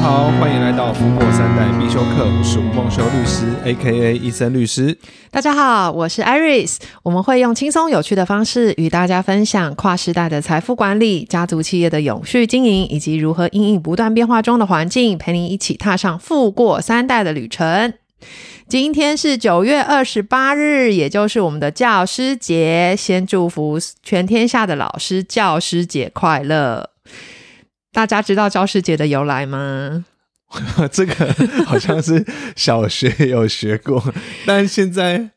好，欢迎来到《福过三代必修课》，我是吴梦修律师 （A.K.A. 医生律师 大家好，我是 Iris，我们会用轻松有趣的方式与大家分享跨时代的财富管理、家族企业的永续经营，以及如何因应不断变化中的环境，陪您一起踏上富过三代的旅程。今天是九月二十八日，也就是我们的教师节，先祝福全天下的老师教师节快乐！大家知道教师节的由来吗？》。这个好像是小学有学过，但现在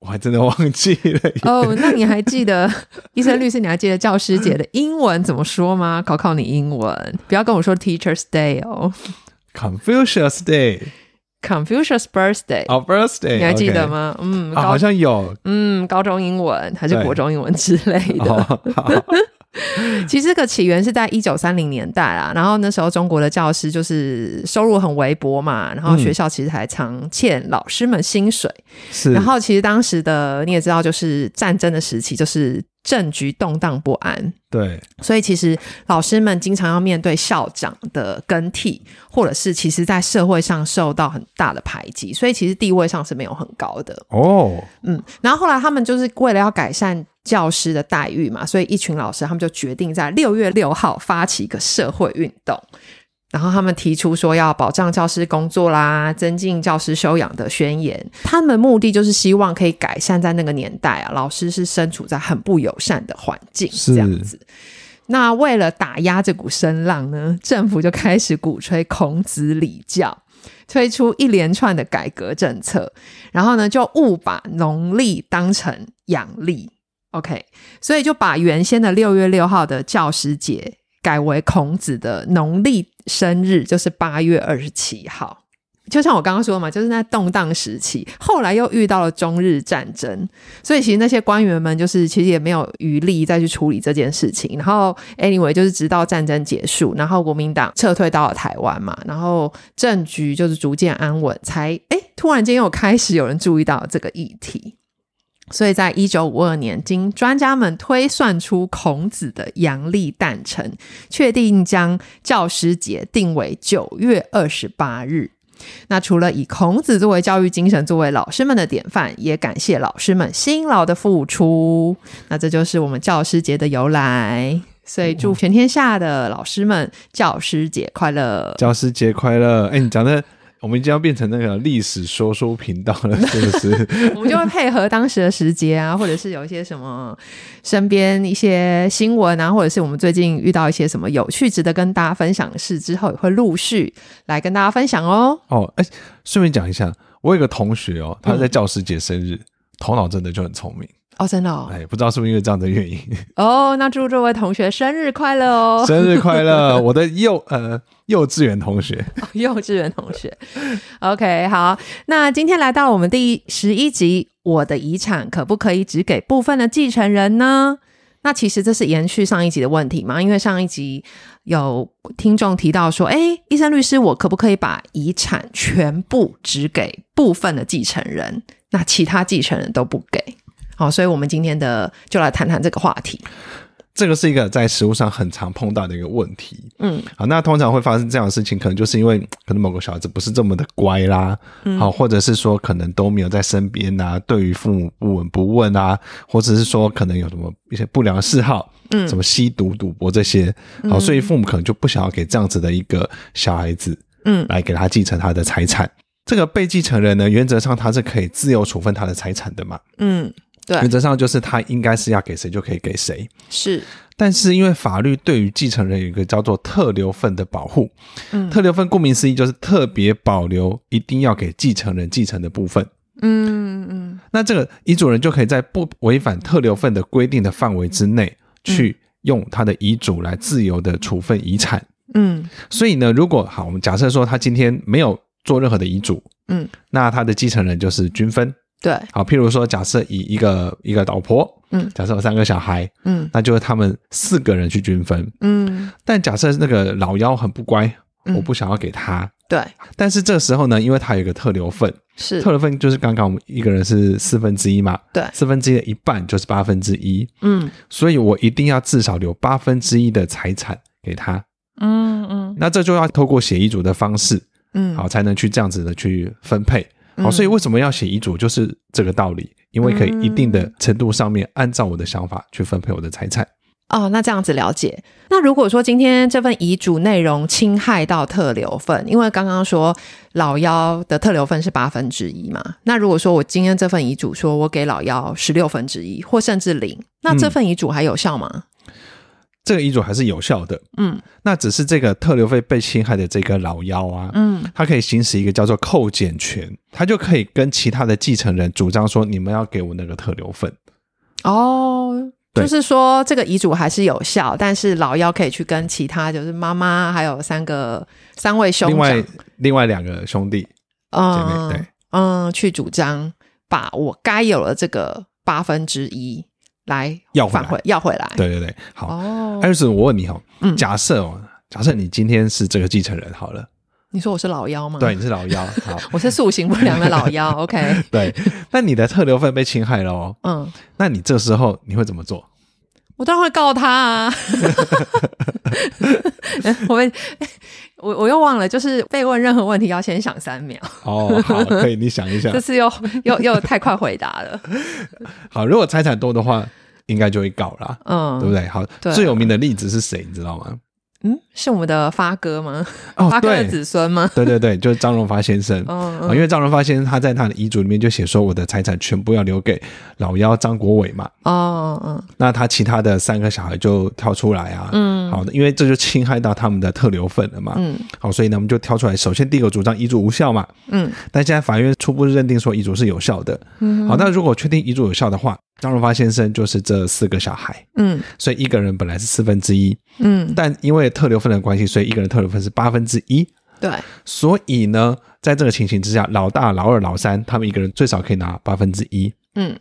我还真的忘记了。 哦，那你还记得医生、律师？你还记得教师节的英文怎么说吗？考考你英文，不要跟我说 Teacher's Day 哦 Confucius Day, ，Confucius Birthday，、 our birthday，你还记得 OK？吗嗯，哦啊，高、好像有。嗯，高中英文还是对国中英文之类的。哦，好其实这个起源是在一九三零年代啦，然后那时候中国的教师就是收入很微薄嘛，嗯然后学校其实还常欠老师们薪水。是，然后其实当时的你也知道，就是战争的时期，就是政局动荡不安。对，所以其实老师们经常要面对校长的更替，或者是其实在社会上受到很大的排挤，所以其实地位上是没有很高的。哦，嗯，然后后来他们就是为了要改善教师的待遇嘛，所以一群老师他们就决定在六月六号发起一个社会运动。然后他们提出说要保障教师工作啦，增进教师修养的宣言。他们目的就是希望可以改善在那个年代啊，老师是身处在很不友善的环境是这样子。那为了打压这股声浪呢，政府就开始鼓吹孔子礼教，推出一连串的改革政策，然后呢就误把农历当成阳历，OK，所以就把原先的六月六号的教师节改为孔子的农历生日，就是八月二十七号。就像我刚刚说嘛，就是在动荡时期，后来又遇到了中日战争，所以其实那些官员们就是其实也没有余力再去处理这件事情。然后 anyway 就是直到战争结束，然后国民党撤退到了台湾嘛，然后政局就是逐渐安稳，才哎突然间又开始有人注意到这个议题。所以在一九五二年，经专家们推算出孔子的阳历诞辰，确定将教师节定为九月二十八日。那除了以孔子作为教育精神，作为老师们的典范，也感谢老师们辛劳的付出。那这就是我们教师节的由来。所以祝全天下的老师们教师节快乐！教师节快乐！哎，你讲的，我们已经要变成那个历史说书频道了，是不是？我们就会配合当时的时节啊，或者是有一些什么身边一些新闻啊，或者是我们最近遇到一些什么有趣值得跟大家分享的事，之后也会陆续来跟大家分享哦。哦，哎，顺便讲一下，我有个同学哦，他在教师节生日，头脑真的就很聪明。哦，真的哦，哎，不知道是不是因为这样的原因，哦，那祝这位同学生日快乐哦！生日快乐！我的幼呃幼稚园同学， 幼稚园同学。OK，好，那今天来到我们第十一集，我的遗产可不可以只给部分的继承人呢？那其实这是延续上一集的问题嘛，因为上一集有听众提到说，哎，医生律师，我可不可以把遗产全部只给部分的继承人，那其他继承人都不给？好，所以我们今天的就来谈谈这个话题。这个是一个在实务上很常碰到的一个问题。嗯，好，那通常会发生这样的事情，可能就是因为可能某个小孩子不是这么的乖啦，嗯好，或者是说可能都没有在身边啊，对于父母不闻不问啊，或者是说可能有什么一些不良嗜好，嗯，什么吸毒、赌博这些，嗯好，所以父母可能就不想要给这样子的一个小孩子，嗯来给他继承他的财产。这个被继承人呢，原则上他是可以自由处分他的财产的嘛，嗯，原对，则上就是他应该是要给谁就可以给谁。是，但是因为法律对于继承人有一个叫做特留份的保护，嗯特留份顾名思义就是特别保留一定要给继承人继承的部分。嗯嗯那这个遗嘱人就可以在不违反特留份的规定的范围之内，去用他的遗嘱来自由的处分遗产。嗯所以呢，如果好，我们假设说他今天没有做任何的遗嘱，嗯，那他的继承人就是均分。对，好，譬如说，假设以一个一个老婆，嗯假设有三个小孩，嗯那就是他们四个人去均分。嗯。但假设那个老幺很不乖，嗯我不想要给他。对，但是这时候呢，因为他有一个特留份，是特，留份就是刚刚我们一个人是四分之一嘛，对四分之一的一半就是八分之一，嗯所以我一定要至少留八分之一的财产给他。嗯嗯那这就要透过写遗嘱的方式，嗯，好才能去这样子的去分配。好，嗯所以为什么要写遗嘱，就是这个道理，因为可以一定的程度上面按照我的想法去分配我的财产。哦，那这样子了解。那如果说今天这份遗嘱内容侵害到特留份，因为刚刚说老幺的特留份是八分之一嘛，那如果说我今天这份遗嘱说我给老幺十六分之一或甚至零，嗯那这份遗嘱还有效吗？这个遗嘱还是有效的，嗯，那只是这个特留费被侵害的这个老幺啊，嗯他可以行使一个叫做扣减权，他就可以跟其他的继承人主张说，你们要给我那个特留份。哦。对就是说，这个遗嘱还是有效，但是老幺可以去跟其他，就是妈妈还有三个三位兄另长，外另外两个兄弟姐妹，嗯，对，嗯，去主张把我该有的这个八分之一来要回来返回，要回来。对对对，好。哦，艾瑞斯，我问你哦嗯，假设哦，假设你今天是这个继承人好了，你说我是老幺吗？对，，你是老 幺，好，我是塑形不良的老 幺。OK，对，那你的特留份被侵害了哦，嗯，那你这时候你会怎么 做？我当然会告他啊。 我们， 我我又忘了，就是被问任何问题要先想三秒，哦，好，可以，你想一想这，次又又又太快回答了。好，如果财产多的话，应该就会告啦，嗯，对不？对？好，对啊最有名的例子是谁，你知道吗？嗯，是我们的发哥吗？哦发，哥的对，子孙吗？ 对对对，就是张荣发先生。嗯啊，因为张荣发先生他在他的遗嘱里面就写说，我的财产全部要留给老幺张国伟嘛，哦嗯那他其他的三个小孩就跳出来啊，嗯好的，因为这就侵害到他们的特留份了嘛，嗯好，所以呢我们就挑出来，首先第一个主张遗嘱无效嘛，嗯但现在法院初步认定说遗嘱是有效的，嗯好，那如果确定遗嘱有效的话，张荣发先生就是这四个小孩，嗯所以一个人本来是四分之一，嗯，但因为特留份的关系，所以一个人特留份是八分之一，对。所以呢，在这个情形之下，老大、老二、老三他们一个人最少可以拿八分之一，嗯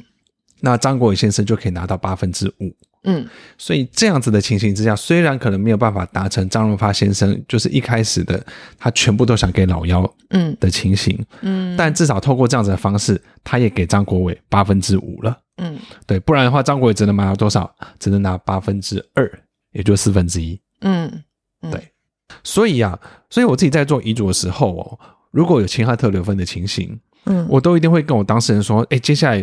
那张国伟先生就可以拿到八分之五。嗯所以这样子的情形之下，虽然可能没有办法达成张荣发先生就是一开始的他全部都想给老幺嗯的情形，嗯但至少透过这样子的方式，他也给张国伟八分之五了。嗯对，不然的话，张国伟只能拿到多少？只能拿八分之二，也就是四分之一。嗯所以啊，所以我自己在做遗嘱的时候哦，如果有侵害特留分的情形，嗯我都一定会跟我当事人说，哎，接下来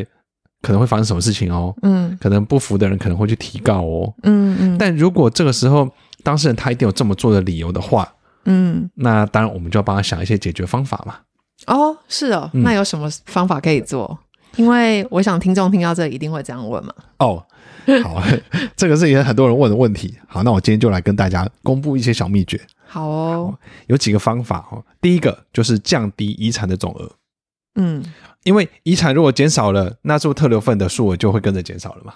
可能会发生什么事情哦，嗯可能不服的人可能会去提告哦。嗯但如果这个时候当事人他一定有这么做的理由的话，嗯那当然我们就要帮他想一些解决方法嘛。哦，是哦，嗯那有什么方法可以做？因为我想听众听到这里一定会这样问嘛。哦，好， 这个是也很多人问的问题。好，那我今天就来跟大家公布一些小秘诀，好哦，有几个方法哦。第一个就是降低遗产的总额，嗯，因为遗产如果减少了，那是不是特留份的数额就会跟着减少了嘛？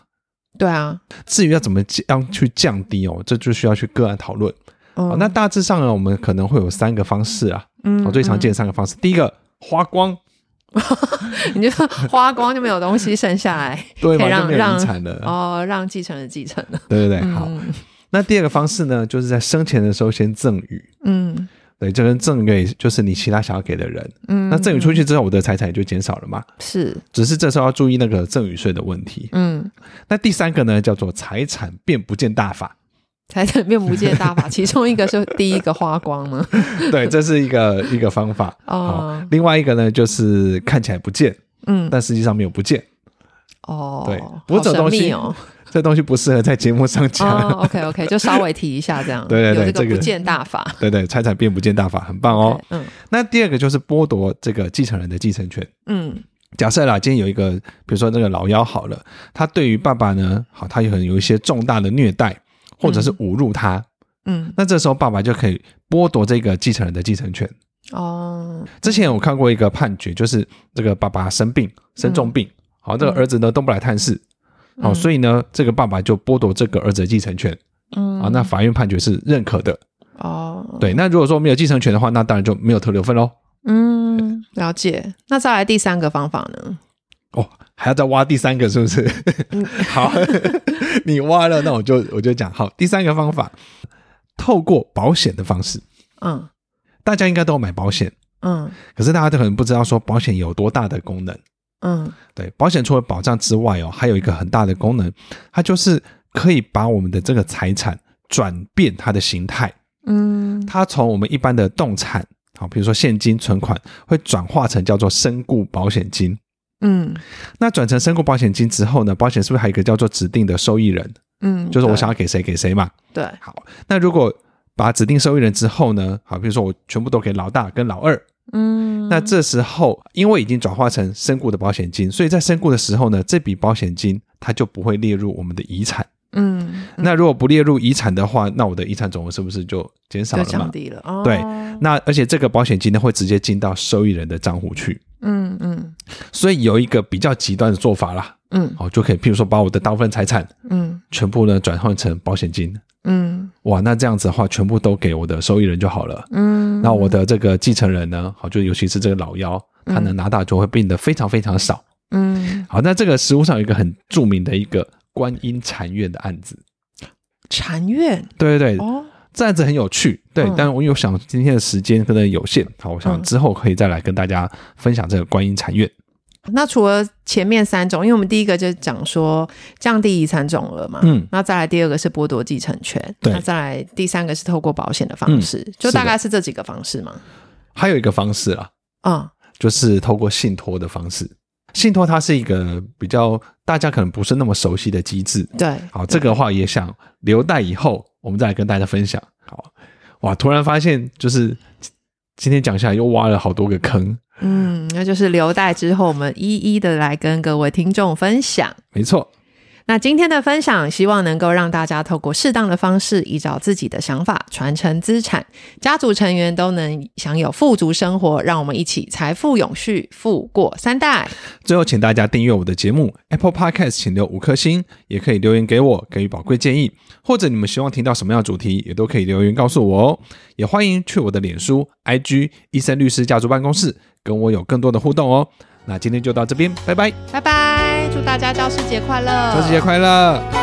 对啊，至于要怎么降去降低哦，这就需要去个案讨论。好，哦那大致上呢，我们可能会有三个方式啊，嗯好，最常见的三个方式。第一个，花光，嗯 你就花光就没有东西剩 下来对可以嘛，让就没有让遗产了。哦，让继承人继承 了。对对对，好。嗯那第二个方式呢，就是在生前的时候先赠与，嗯对，这跟赠给就是你其他想要给的人。嗯，那赠与出去之后，我的财产也就减少了嘛。是只是这时候要注意那个赠与税的问题。嗯，那第三个呢，叫做财产变不见大法。财产变不见大法，其中一个是第一个花 光吗？ 对，这是一个一个方法。哦好，另外一个呢，就是看起来不见，嗯但实际上没有不见。哦，对好不过这种神东西秘哦。这东西不适合在节目上讲。哦，OK OK，就稍微提一下这 样。对对对有这这个个不见大法。 对对，财产变不见大法很棒哦。对，嗯那第二个就是剥夺这个继承人的继承权。嗯假设啦，今天有一个，比如说那个老幺好了，他对于爸爸呢，好，他有可能有一些重大的虐待，或者是侮辱他，嗯，那这时候爸爸就可以剥夺这个继承人的继承权。哦，之前我看过一个判决，就是这个爸爸生病，生重病，好，这个儿子呢东不来探视，好、嗯所以呢，这个爸爸就剥夺这个儿子的继承权嗯啊。那法院判决是认可的，哦，对。那如果说没有继承权的话，那当然就没有特留份喽。嗯，了解。那再来第三个方法呢？哦，还要再挖第三个是不是？嗯 好，你挖了，那我就我就讲好。第三个方法，透过保险的方式，嗯大家应该都有买保险，嗯可是大家都可能不知道说保险有多大的功能。嗯对，保险除了保障之外哦，还有一个很大的功能，它就是可以把我们的这个财产转变它的形态。嗯它从我们一般的动产，好，比如说现金、存款，会转化成叫做身故保险金。嗯那转成身故保险金之后呢，保险是不是还有一个叫做指定的受益人？嗯，就是我对想要给谁给谁嘛。对，好，那如果把指定受益人之后呢，好，比如说我全部都给老大跟老二，嗯，那这时候因为已经转化成身故的保险金，所以在身故的时候呢，这笔保险金它就不会列入我们的遗产。嗯那如果不列入遗产的话，那我的遗产总额是不是就减少就了降嘛？低了，哦对那而且这个保险金呢会直接进到受益人的账户去，嗯嗯所以有一个比较极端的做法啦，嗯哦，就可以譬如说把我的大部分财产嗯全部呢转换成保险金，嗯哇，那这样子的话全部都给我的受益人就好了。嗯，那我的这个继承人呢，好，就尤其是这个老幺，他能拿到就会变得非常非常少。嗯好，那这个实务上有一个很著名的一个观音禅院的案子，禅院对对对，哦，这案子很有趣，对嗯，但我有想今天的时间可能有限，好，我想之后可以再来跟大家分享这个观音禅院。那除了前面三种，因为我们第一个就是讲说降低遗产总额嘛，嗯，那再来第二个是剥夺继承权，对嗯那再来第三个是透过保险的方式，就大是的概是这几个方式嘛。还有一个方式啦，嗯就是透过信托的方式。信托它是一个比较大家可能不是那么熟悉的机制，对，好，这个的话也想留待以后我们再来跟大家分享。好，哇，突然发现就是今天讲下来又挖了好多个坑，嗯，那就是留待之后我们一一的来跟各位听众分享。没错，那今天的分享，希望能够让大家透过适当的方式，依照自己的想法传承资产，家族成员都能享有富足生活。让我们一起财富永续，富过三代。最后，请大家订阅我的节目 Apple Podcast，请留五颗星，也可以留言给我，给予宝贵建议，或者你们希望听到什么样的主题，也都可以留言告诉我哦。也欢迎去我的脸书、IG 医生律师家族办公室，跟我有更多的互动哦。那今天就到这边，拜拜，拜拜，祝大家教师节快乐！教师节快乐！